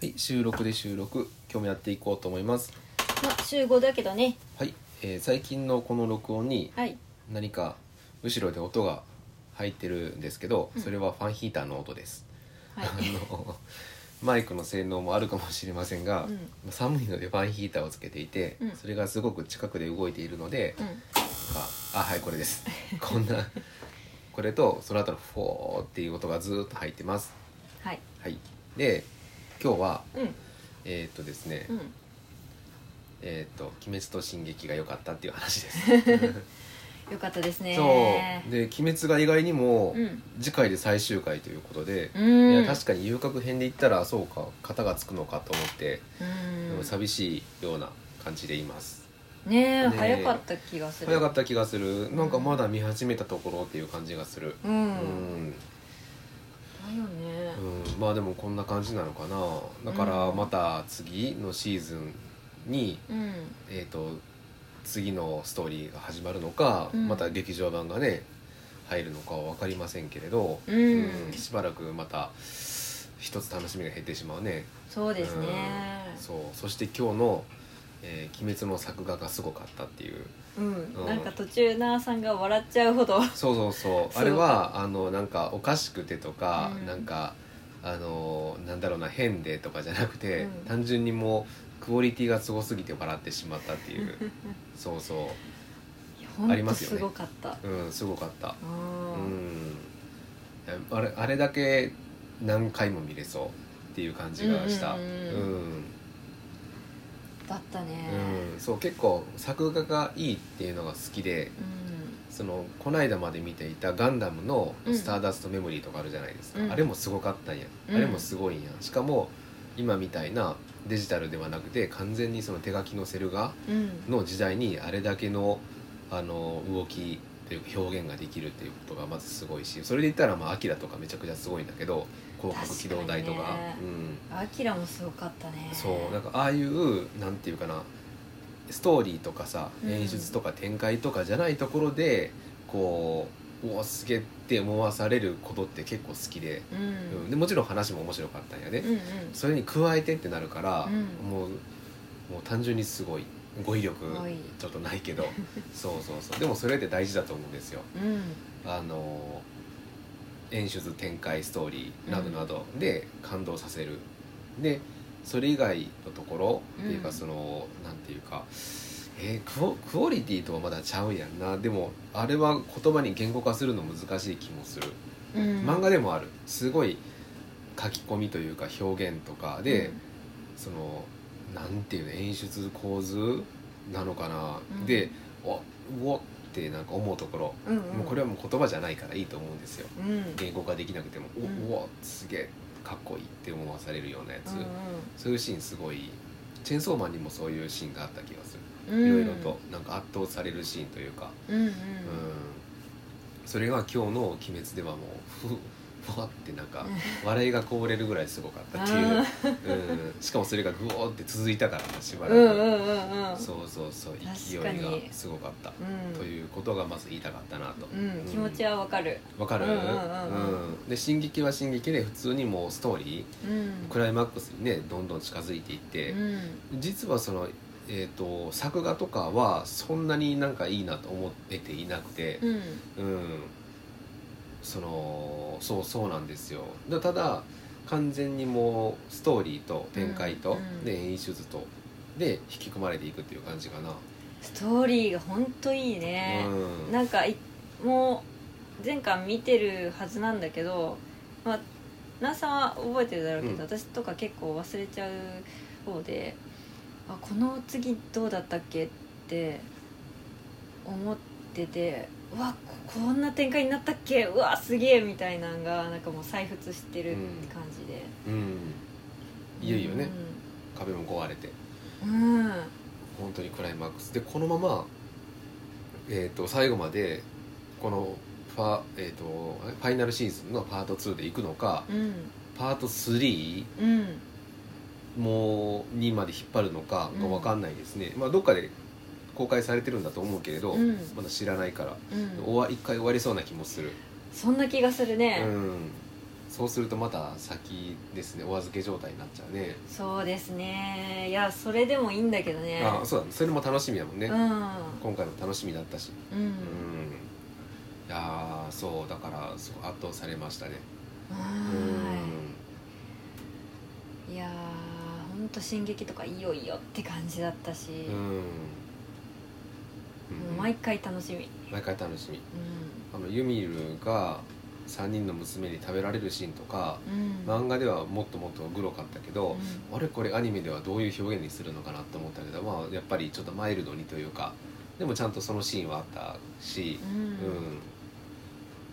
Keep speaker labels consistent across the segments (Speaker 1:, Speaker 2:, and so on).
Speaker 1: はい、収録で収録今日もやっていこうと思います
Speaker 2: まあ週5だけどね
Speaker 1: はい、えー最近のこの録音に
Speaker 2: はい
Speaker 1: 何か後ろで音が入ってるんですけどそれはファンヒーターの音です、
Speaker 2: はい
Speaker 1: あのマイクの性能もあるかもしれませんが、
Speaker 2: うん
Speaker 1: 寒いのでファンヒーターをつけていて、
Speaker 2: うん
Speaker 1: それがすごく近くで動いているので、
Speaker 2: うん
Speaker 1: ああはいこれですこんなこれとその後のフォーっていう音がずーっと入ってます
Speaker 2: はい
Speaker 1: はいで今日は
Speaker 2: うん
Speaker 1: えーっとですね、
Speaker 2: うん
Speaker 1: えーっと「鬼滅と進撃」が良かったっていう話です
Speaker 2: よかったですね
Speaker 1: そうで「鬼滅」が意外にも
Speaker 2: うん
Speaker 1: 次回で最終回ということで、
Speaker 2: うん
Speaker 1: いや確かに遊郭編で言ったらそうか型がつくのかと思って、
Speaker 2: うん
Speaker 1: でも寂しいような感じでいます
Speaker 2: ねえ
Speaker 1: ねえ
Speaker 2: 早かった気がする
Speaker 1: 早かった気がするなんかまだ見始めたところっていう感じがする
Speaker 2: うん
Speaker 1: う
Speaker 2: だ
Speaker 1: ん、
Speaker 2: よね
Speaker 1: うん、まあでもこんな感じなのかなだから
Speaker 2: うん
Speaker 1: また次のシーズンに、
Speaker 2: うん
Speaker 1: えー、と次のストーリーが始まるのか、
Speaker 2: うん
Speaker 1: また劇場版がね入るのかは分かりませんけれど、
Speaker 2: うん
Speaker 1: しばらくまた一つ楽しみが減ってしまうね
Speaker 2: そうですね
Speaker 1: そうそして今日の、えー鬼滅」の作画がすごかったっていう
Speaker 2: うん
Speaker 1: うん
Speaker 2: なんか途中なあさんが笑っちゃうほど
Speaker 1: そうそうそう
Speaker 2: そう
Speaker 1: あれはあのなんかおかしくてとか、
Speaker 2: うん
Speaker 1: なんかあのなんだろうな変でとかじゃなくて、
Speaker 2: うん
Speaker 1: 単純にもうクオリティがすごすぎて笑ってしまったっていう そうそ
Speaker 2: ほん
Speaker 1: ありま
Speaker 2: と
Speaker 1: すよ
Speaker 2: す
Speaker 1: ね
Speaker 2: ごかった
Speaker 1: ううんすごかったう
Speaker 2: う
Speaker 1: んんあれあれだけ何回も見れそうっていう感じがした
Speaker 2: うんうんだったね
Speaker 1: うんうんそう結構作画がいいっていうのが好きで
Speaker 2: うん
Speaker 1: そのこないだまで見ていたガンダムの「
Speaker 2: うん
Speaker 1: スターダストメモリー」とかあるじゃないですか、
Speaker 2: うん
Speaker 1: あれもすごかったんや、
Speaker 2: うん
Speaker 1: あれもすごいんやしかも今みたいなデジタルではなくて完全にその手書きのセル画
Speaker 2: うん
Speaker 1: の時代にあれだけのあの動きというか表現ができるっていうことがまずすごいしそれで言ったらまあアキラとかめちゃくちゃすごいんだけど広角機動隊とか
Speaker 2: 確かにねアキラもすごかったね
Speaker 1: うん、そうなんかああいうなんていうかなストーリーとかさ
Speaker 2: うん
Speaker 1: 演出とか展開とかじゃないところで、こうおおすげえって思わされることって結構好きで,、
Speaker 2: う
Speaker 1: うん
Speaker 2: ん
Speaker 1: でもちろん話も面白かったんやね、
Speaker 2: うんうん
Speaker 1: それに加えてってなるから、
Speaker 2: うん
Speaker 1: もうもう単純にすごい語彙力
Speaker 2: すごい
Speaker 1: ちょっとないけ どそうそうそうでもそれって大事だと思うんですよ
Speaker 2: うん
Speaker 1: あの演出展開ストーリーなどなどで感動させる、でそれ以外のところっていう
Speaker 2: う
Speaker 1: か
Speaker 2: ん
Speaker 1: その、なんていうかえークオクオリティとはまだちゃうやんなでもあれは言葉に言語化するの難しい気もする
Speaker 2: うん
Speaker 1: 漫画でもあるすごい書き込みというか表現とかで、そのなんていうの演出構図なのかな、
Speaker 2: うん
Speaker 1: でおうおってなんか思うところ、
Speaker 2: うんうん
Speaker 1: もうこれはもう言葉じゃないからいいと思うんですよ
Speaker 2: うんうん
Speaker 1: 言語化できなくても「お
Speaker 2: うん
Speaker 1: おすげえかっこいい」って思わされるようなやつ、
Speaker 2: う
Speaker 1: そういうシーンすごいチェーンソーマンにもそういうシーンがあった気がす
Speaker 2: ん
Speaker 1: る
Speaker 2: うん
Speaker 1: いろいろとなんか圧倒されるシーンというか、
Speaker 2: うんうん
Speaker 1: うんそれが今日の「鬼滅」ではもうふふわってなんか笑いがこぼれるぐらいすごかったっていう。うん、しかもそれがグオーって続いたからなしばら
Speaker 2: う
Speaker 1: く、
Speaker 2: んうんうんうん
Speaker 1: そうそうそう勢
Speaker 2: 確
Speaker 1: い
Speaker 2: か
Speaker 1: が
Speaker 2: に
Speaker 1: すごかった、
Speaker 2: うん
Speaker 1: ということがまず言いたかったなと
Speaker 2: うん気持ちはわかる
Speaker 1: わかる、
Speaker 2: うんうんうん
Speaker 1: うんで進撃は進撃で普通にもうストーリ
Speaker 2: うん
Speaker 1: ークライマックスにねどんどん近づいていっ
Speaker 2: う
Speaker 1: て、
Speaker 2: ん
Speaker 1: 実はそのえー、と作画とかはそんなになんかいいなと思えていなくて、
Speaker 2: うん
Speaker 1: うん、そのそうそうなんですよだただ完全にもうストーリーと展開と、
Speaker 2: うんうん
Speaker 1: で演出とで引き込まれていくっていう感じかな、
Speaker 2: ストーリーが本当いいね
Speaker 1: うん
Speaker 2: なんかいもう前回見てるはずなんだけどまあナーさんは覚えてるだろうけど、
Speaker 1: うん
Speaker 2: 私とか結構忘れちゃう方であこの次どうだったっけって思っててうわここんな展開になったっけうわすげえみたいなのがなんかもう再発してるって感じで、
Speaker 1: うんいよいよね、壁も壊れて
Speaker 2: うん、うん
Speaker 1: 本当にクライマックスでこのまま、えー、と最後までこのファ,、えー、とあれファイナルシーズンのパート2でいくのか
Speaker 2: うん
Speaker 1: パート3
Speaker 2: うん
Speaker 1: もうにまで引っ張るのかが分かんないですね、まあどっかで公開されてるんだと思うけれど、
Speaker 2: うん
Speaker 1: まだ知らないから、
Speaker 2: うん
Speaker 1: 終わ一回終わりそうな気もする、
Speaker 2: そんな気がする
Speaker 1: う
Speaker 2: ね
Speaker 1: んそうするとまた先ですねお預け状態になっちゃうね
Speaker 2: そうですねいやそれでもいいんだけどね
Speaker 1: あそうだねそれも楽しみだもんね、
Speaker 2: う
Speaker 1: 今回も楽しみだったし
Speaker 2: んうん
Speaker 1: うんいやーそうだからそう圧倒されましたね
Speaker 2: はいいやーほんと「進撃」とかいいよいいよって感じだったし、
Speaker 1: うんうん
Speaker 2: もう
Speaker 1: うん
Speaker 2: 毎回楽しみ、
Speaker 1: 毎回楽しみ
Speaker 2: う
Speaker 1: あのユミルが3人の娘に食べられるシーンとか
Speaker 2: んうん
Speaker 1: 漫画ではもっともっとグロかったけど、
Speaker 2: う
Speaker 1: あれこれアニメではどういう表現にするのかなと思ったけど、まあ、やっぱりちょっとマイルドにというかでもちゃんとそのシーンはあったし、
Speaker 2: んうん
Speaker 1: うん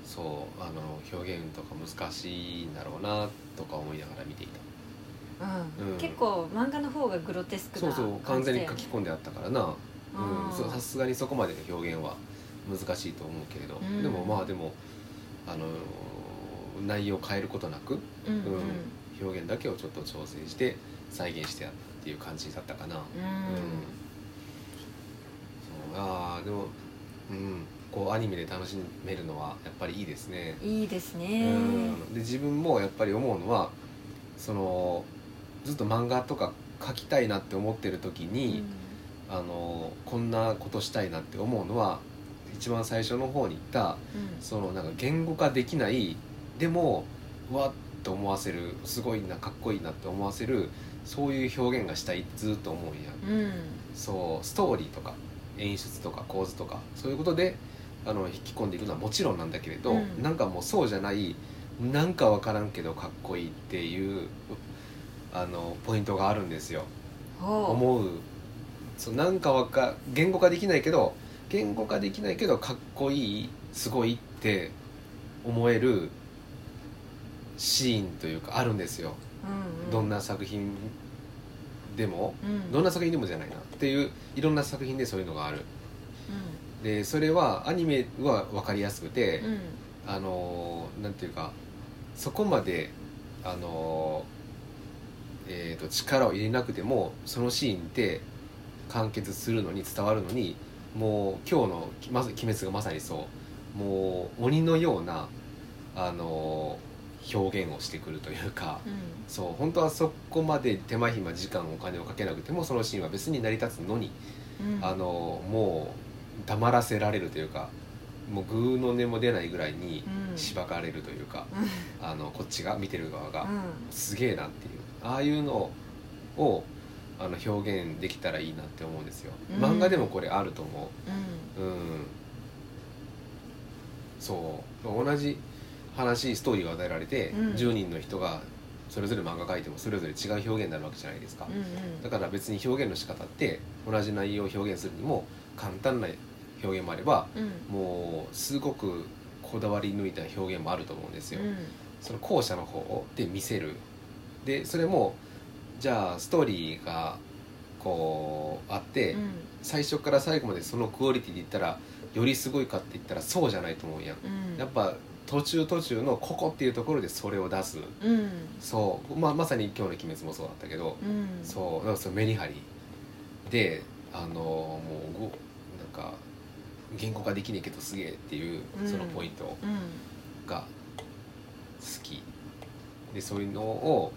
Speaker 1: そうあの表現とか難しいんだろうなとか思いながら見ていた
Speaker 2: うん
Speaker 1: うん
Speaker 2: 結構漫画の方がグロテスク
Speaker 1: そう
Speaker 2: な
Speaker 1: そう完
Speaker 2: 感じ
Speaker 1: 全
Speaker 2: で
Speaker 1: に書き込んであったからなうんそうさすがにそこまでの表現は難しいと思うけれど、
Speaker 2: うん
Speaker 1: でもまあでもあの内容を変えることなく
Speaker 2: うんうんうん
Speaker 1: 表現だけをちょっと調整して再現してやったっていう感じだったかな。うんそうあーでも、うん、こうアニメで楽しめるのはやっぱりいいですね。
Speaker 2: いいです
Speaker 1: う
Speaker 2: ね
Speaker 1: ん、で自分もやっぱり思うのはそのずっと漫画とか描きたいなって思ってる時に、あのこんなことしたいなって思うのは一番最初の方に言ったそのなんか言語化できないでもうわっと思わせるすごいなかっこいいなって思わせるそういう表現がしたいってずっと思うんや
Speaker 2: うんうん
Speaker 1: そうストーリーとか演出とか構図とかそういうことであの引き込んでいくのはもちろんなんだけれど、
Speaker 2: うん
Speaker 1: なんかもうそうじゃないなんかわからんけどかっこいいっていうあのポイントがあるんですよ
Speaker 2: ほ
Speaker 1: 思うそうなんかわか言語化できないけど言語化できないけどかっこいいすごいって思えるシーンというかあるんですよ、
Speaker 2: うう
Speaker 1: どんな作品でも
Speaker 2: うん
Speaker 1: どんな作品でもじゃないなっていういろんな作品でそういうのがある
Speaker 2: う
Speaker 1: でそれはアニメは分かりやすくて、
Speaker 2: んうん
Speaker 1: あのーなんていうかそこまであのーえーと力を入れなくてもそのシーンって完結するのに伝わるのにもう今日の「まず鬼滅」がまさにそうもう鬼のようなあのー表現をしてくるというか。
Speaker 2: うん
Speaker 1: そう本当はそこまで手間暇時間お金をかけなくてもそのシーンは別に成り立つのに、
Speaker 2: うん
Speaker 1: あのーもう黙らせられるというかもうグーの音も出ないぐらいに
Speaker 2: うん
Speaker 1: しばかれるというか、
Speaker 2: うん
Speaker 1: あのこっちが見てる側が、
Speaker 2: う
Speaker 1: すげえなっていうああいうのをあの表現できたらいいなって思うんですよ、
Speaker 2: うん
Speaker 1: 漫画でもこれあると思
Speaker 2: ん
Speaker 1: ううんそう同じ話ストーリーを与えられて、
Speaker 2: うん
Speaker 1: 10人の人がそれぞれ漫画描いてもそれぞれ違う表現になるわけじゃないですか、
Speaker 2: うんうん
Speaker 1: だから別に表現の仕方って同じ内容を表現するにも簡単な表現もあれば
Speaker 2: うん
Speaker 1: もうすごくこだわり抜いた表現もあると思うんですよ、
Speaker 2: うん
Speaker 1: その後者の方で見せるでそれもじゃあストーリーがこうあって、
Speaker 2: うん
Speaker 1: 最初から最後までそのクオリティで言ったらよりすごいかって言ったらそうじゃないと思うやん、
Speaker 2: うん
Speaker 1: やっぱ途中途中のここっていうところでそれを出す
Speaker 2: うん
Speaker 1: そう、まあ、まさに今日の「鬼滅」もそうだったけど、
Speaker 2: うん
Speaker 1: そうだからそのメリハリであのもうごなんか言語化できねえけどすげえっていう
Speaker 2: うん
Speaker 1: そのポイント、
Speaker 2: うん
Speaker 1: が好きでそういうのを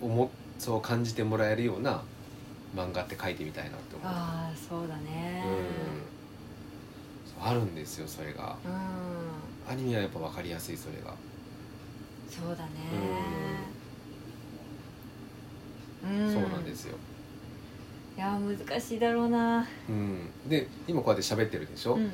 Speaker 1: 思っそう感じてもらえるような漫画って書いてみたいなって思う
Speaker 2: ああそうだね
Speaker 1: うんそうあるんですよそれが
Speaker 2: うん
Speaker 1: アニメはやっぱ分かりやすいそれが
Speaker 2: そうだねうん
Speaker 1: そうなんですよ、
Speaker 2: いや難しいだろうな
Speaker 1: うん、で今こうやって喋ってるでしょ、
Speaker 2: うん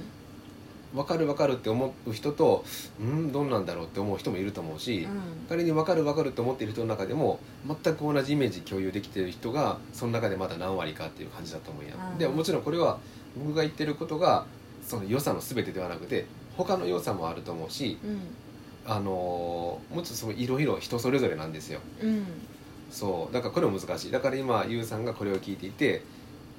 Speaker 1: 分かる分かるって思う人とうんどんなんだろうって思う人もいると思うし、
Speaker 2: うん
Speaker 1: 仮に分かる分かると思っている人の中でも全く同じイメージ共有できている人がその中でまだ何割かっていう感じだと思うんや、
Speaker 2: うん
Speaker 1: でもちろんこれは僕が言ってることがその良さの全てではなくて他の良さもあると思うし、
Speaker 2: うん
Speaker 1: あのーもうちょっとそのいろいろ人それぞれなんですよ
Speaker 2: うん
Speaker 1: そうだからこれも難しいだから今ゆうさんがこれを聞いていて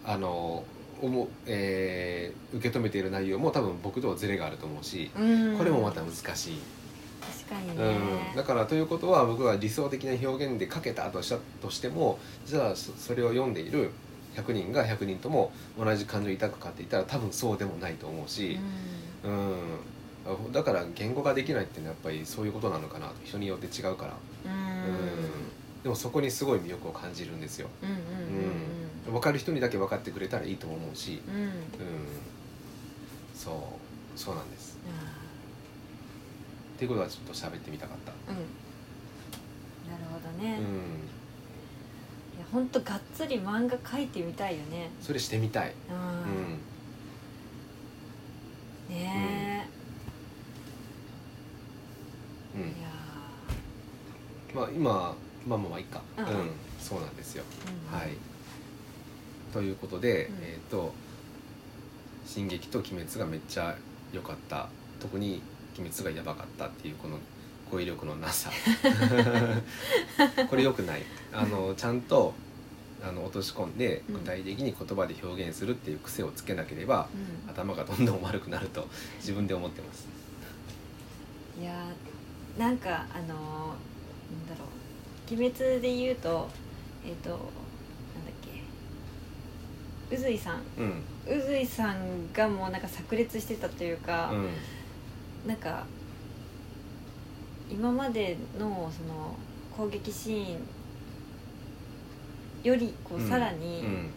Speaker 1: あのー思うえー受け止めている内容も多分僕とはズレがあると思うし、
Speaker 2: うん
Speaker 1: これもまた難しい
Speaker 2: 確かに
Speaker 1: うん、だ
Speaker 2: ね
Speaker 1: からということは僕が理想的な表現で書けたとしたとしてもじゃあそそれを読んでいる100人が100人とも同じ感情を抱くかって言ったら多分そうでもないと思うし、
Speaker 2: うん
Speaker 1: うんあだから言語ができないっていうのはやっぱりそういうことなのかなと人によって違うから、
Speaker 2: う
Speaker 1: うん
Speaker 2: ん
Speaker 1: でもそこにすごい魅力を感じるんですよ
Speaker 2: うんうん
Speaker 1: 分かる人にだけ分かってくれたらいいとも思うし、
Speaker 2: うんうんうん
Speaker 1: うん、そうそうなんですっていうことはちょっと喋ってみたかった、
Speaker 2: うんなるほど
Speaker 1: う
Speaker 2: ね、い
Speaker 1: ん、
Speaker 2: やほんとがっつり漫画描いてみたいよね
Speaker 1: それしてみたい、
Speaker 2: う、
Speaker 1: うんん、
Speaker 2: ね
Speaker 1: うん
Speaker 2: え、いや
Speaker 1: まあ今まあまあまあいいか、
Speaker 2: う
Speaker 1: うんんそうなんですよ、
Speaker 2: ー
Speaker 1: はいということで、
Speaker 2: うん
Speaker 1: えっ、と「進撃」と「鬼滅」がめっちゃ良かった特に「鬼滅」がやばかったっていうこの語彙力のな さこれ良くないあのちゃんとあの落とし込んで
Speaker 2: うん
Speaker 1: 具体的に言葉で表現するっていう癖をつけなければ、
Speaker 2: うん
Speaker 1: 頭がどんどん悪くなると自分で思ってます。
Speaker 2: いやーなんかあのー、なんだろう鬼滅で言うとえっ、となんだっけ宇髄さん
Speaker 1: うん、
Speaker 2: 宇髄さんがもうなんか炸裂してたというか
Speaker 1: う、ん、
Speaker 2: なんか今までのその攻撃シーンよりこう
Speaker 1: うん
Speaker 2: さらに、
Speaker 1: うん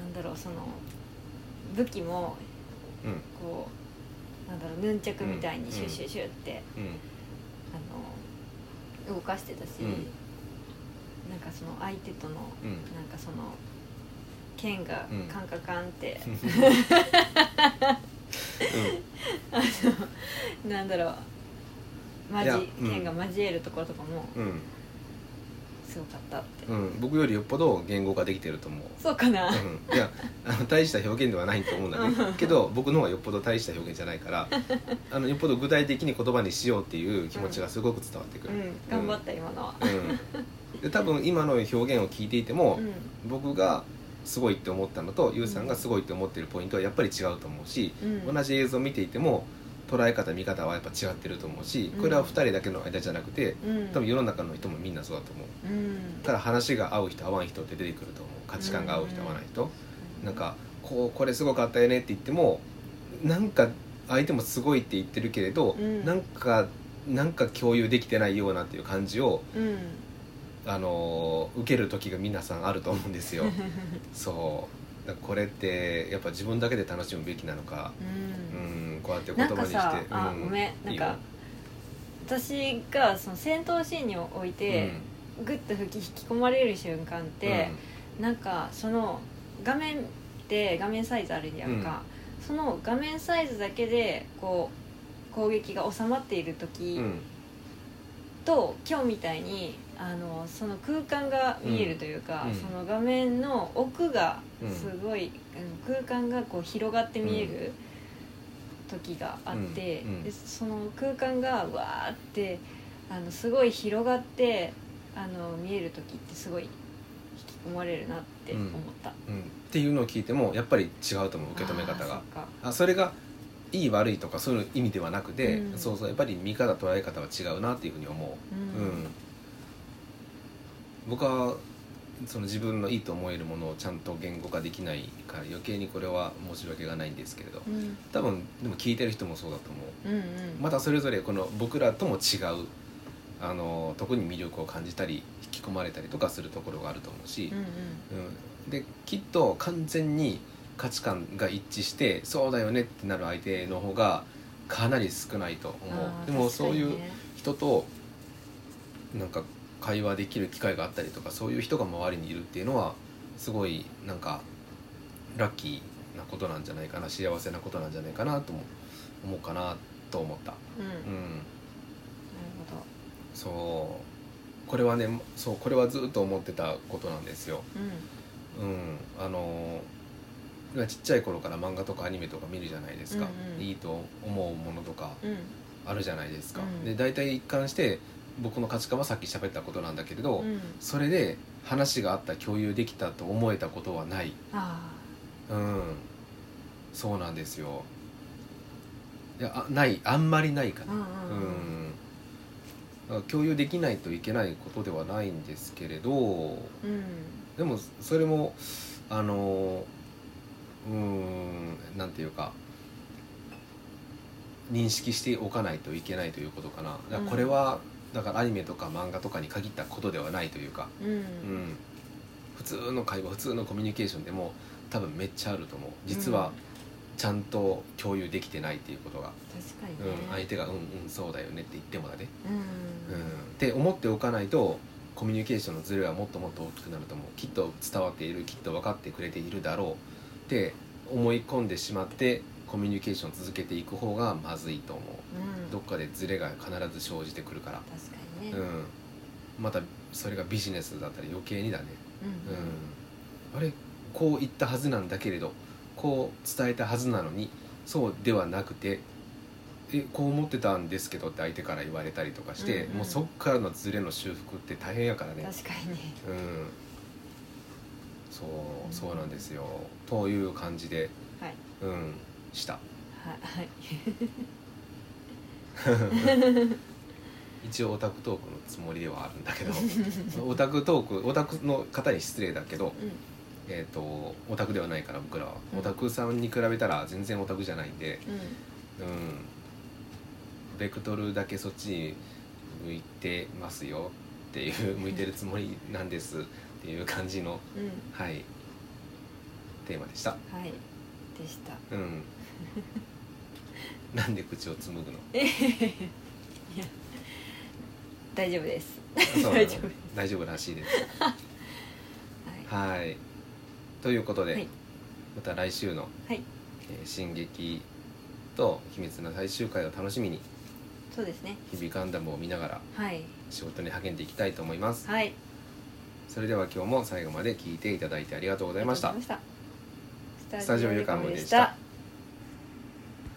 Speaker 2: なんだろうその武器も
Speaker 1: うん
Speaker 2: こうなんだろうヌンチャクみたいにシュッシュッシュッって。
Speaker 1: うん
Speaker 2: あの動かしてたし、
Speaker 1: うん
Speaker 2: なんかその相手との
Speaker 1: う
Speaker 2: なんかその剣が
Speaker 1: うん
Speaker 2: カンカカンって、
Speaker 1: ん、
Speaker 2: あのなんだろうマ
Speaker 1: い
Speaker 2: ジ
Speaker 1: やうん
Speaker 2: 剣が交えるところとかも
Speaker 1: うん、
Speaker 2: すごかったって、
Speaker 1: うん、僕よりよっぽど言語ができてると思う。
Speaker 2: そうかな、
Speaker 1: うん、いやあの大した表現ではないと思うんだね
Speaker 2: うん
Speaker 1: けど僕の方がよっぽど大した表現じゃないからあのよっぽど具体的に言葉にしようっていう気持ちがすごく伝わってく
Speaker 2: う
Speaker 1: る、
Speaker 2: ん、頑張った今のは、
Speaker 1: うんで多分今の表現を聞いていても
Speaker 2: う、ん
Speaker 1: 僕がすごいって思ったのとゆうさんがすごいって思ってるポイントはやっぱり違うと思うし、
Speaker 2: うん、
Speaker 1: 同じ映像を見ていても捉え方見方はやっぱ違ってると思うしこれは2人だけの間じゃなくて
Speaker 2: うん、
Speaker 1: 多分世の中の人もみんなそうだと思う。
Speaker 2: うん
Speaker 1: ただ話が合う人合わん人って出てくると思う価値観が合う人合わない人、なんかこうこれすごかったよねって言ってもなんか相手もすごいって言ってるけれど、
Speaker 2: うん
Speaker 1: なんかなんか共有できてないようなっていう感じを
Speaker 2: うん
Speaker 1: あのー受ける時が皆さんあると思うんです よそうだからこれってやっぱ自分だけで楽しむべきなのか
Speaker 2: う
Speaker 1: うんんこうやって言
Speaker 2: な
Speaker 1: 葉
Speaker 2: んか
Speaker 1: にして
Speaker 2: さ、あ
Speaker 1: う
Speaker 2: ごめんなんか私がその戦闘シーンにお
Speaker 1: いい
Speaker 2: い
Speaker 1: よ
Speaker 2: て、グッと引き引き込まれる瞬間って、なんかその画面って画面サイズあるやんか、その画面サイズだけでこう攻撃が収まっている
Speaker 1: うんう
Speaker 2: 時
Speaker 1: ん
Speaker 2: と、今日みたいにあのその空間が見えるというか、
Speaker 1: うん
Speaker 2: その画面の奥が
Speaker 1: うん
Speaker 2: すごい、うん空間がこう広がって見える。時があって、
Speaker 1: うんうん
Speaker 2: でその空間がわーってあのすごい広がってあの見える時ってすごい引き込まれるなって思った、
Speaker 1: うんっていうのを聞いてもやっぱり違うと思う受け止め方が
Speaker 2: あーそっか
Speaker 1: あそれがいい悪いとかそういう意味ではなくて、
Speaker 2: うん
Speaker 1: そうそうやっぱり見方捉え方は違うなっていうふうに思
Speaker 2: う
Speaker 1: う、う
Speaker 2: ん
Speaker 1: ん僕はその自分のいいと思えるものをちゃんと言語化できないから余計にこれは申し訳がないんですけれど
Speaker 2: うん
Speaker 1: 多分でも聞いてる人もそうだと思う
Speaker 2: うんうん
Speaker 1: またそれぞれこの僕らとも違うあの特に魅力を感じたり引き込まれたりとかするところがあると思うし、
Speaker 2: うん
Speaker 1: うん、できっと完全に価値観が一致してそうだよねってなる相手の方がかなり少ないと思
Speaker 2: うんあー
Speaker 1: うでも
Speaker 2: 確
Speaker 1: そう
Speaker 2: かに
Speaker 1: い
Speaker 2: ね
Speaker 1: う人となんか会話できる機会があったりとかそういう人が周りにいるっていうのはすごいなんかラッキーなことなんじゃないかな幸せなことなんじゃないかなとも思うかなと思った。
Speaker 2: うんなる
Speaker 1: うん
Speaker 2: ほど
Speaker 1: そうこれはねそうこれはずっと思ってたことなんですよ。
Speaker 2: うん
Speaker 1: うん、あのーちっちゃい頃から漫画とかアニメとか見るじゃないですか、
Speaker 2: うんうん
Speaker 1: いいと思うものとか
Speaker 2: うん
Speaker 1: あるじゃないですか、
Speaker 2: うん
Speaker 1: で大体一貫して僕の価値観はさっき喋ったことなんだけれど、
Speaker 2: うん
Speaker 1: それで話があった共有できたと思えたことはない、
Speaker 2: あ
Speaker 1: うん、そうなんですよいやあないあんまりないか
Speaker 2: ーう
Speaker 1: な、
Speaker 2: ん
Speaker 1: うん
Speaker 2: うんうん
Speaker 1: だから共有できないといけないことではないんですけれど
Speaker 2: うん
Speaker 1: でもそれもあのうーんなんていうか認識しておかないといけないということかなだからこれは、だからアニメとか漫画とかに限ったことではないというか、
Speaker 2: うん
Speaker 1: うん、普通の会話普通のコミュニケーションでも多分めっちゃあると思う実はちゃんと共有できてないっていうことが、
Speaker 2: 確かに
Speaker 1: う
Speaker 2: ね、
Speaker 1: ん、相手が「うんうんそうだよね」って言ってもだね、
Speaker 2: うん
Speaker 1: うん、って思っておかないとコミュニケーションのズレはもっともっと大きくなると思うきっと伝わっているきっと分かってくれているだろうって思い込んでしまってコミュニケーションを続けていく方がまずいと思う
Speaker 2: うん
Speaker 1: どっかでズレが必ず生じてくるから、
Speaker 2: 確かにね、
Speaker 1: う
Speaker 2: うん
Speaker 1: ん、またそれがビジネスだったら余計にだねうん、あれこう言ったはずなんだけれどこう伝えたはずなのにそうではなくてえこう思ってたんですけどって相手から言われたりとかして、
Speaker 2: うんうん
Speaker 1: もうそっからのズレの修復って大変やからね
Speaker 2: 確かにね
Speaker 1: うんそう
Speaker 2: うん
Speaker 1: そうなんですよという感じで
Speaker 2: はい
Speaker 1: うんした
Speaker 2: はいはい
Speaker 1: 一応オタクトークのつもりではあるんだけ どオタクトークオタクの方に失礼だけど、
Speaker 2: うん
Speaker 1: えー、とオタクではないから僕らは
Speaker 2: うん
Speaker 1: オタクさんに比べたら全然オタクじゃないんで
Speaker 2: うん
Speaker 1: うんベクトルだけそっちに向いてますよっていう向いてるつもりなんですっていう感じの
Speaker 2: うん
Speaker 1: はいテーマでした
Speaker 2: はいでした
Speaker 1: うん なんで口を紡ぐの
Speaker 2: えへへへいや大丈夫です
Speaker 1: そう
Speaker 2: 大丈夫
Speaker 1: 大丈夫らしいです
Speaker 2: はい
Speaker 1: はいということで、
Speaker 2: はい
Speaker 1: また来週の
Speaker 2: はい
Speaker 1: えー進撃と「鬼滅」の最終回を楽しみに
Speaker 2: そうですね
Speaker 1: 日々ガンダムを見ながら
Speaker 2: はい
Speaker 1: 仕事に励んでいきたいと思います
Speaker 2: はい
Speaker 1: それでは今日も最後まで聞いていただいてありがとうご
Speaker 2: あ
Speaker 1: ざいました
Speaker 2: りがとうございました
Speaker 1: スタジオゆかもでした
Speaker 2: スタジオゆかも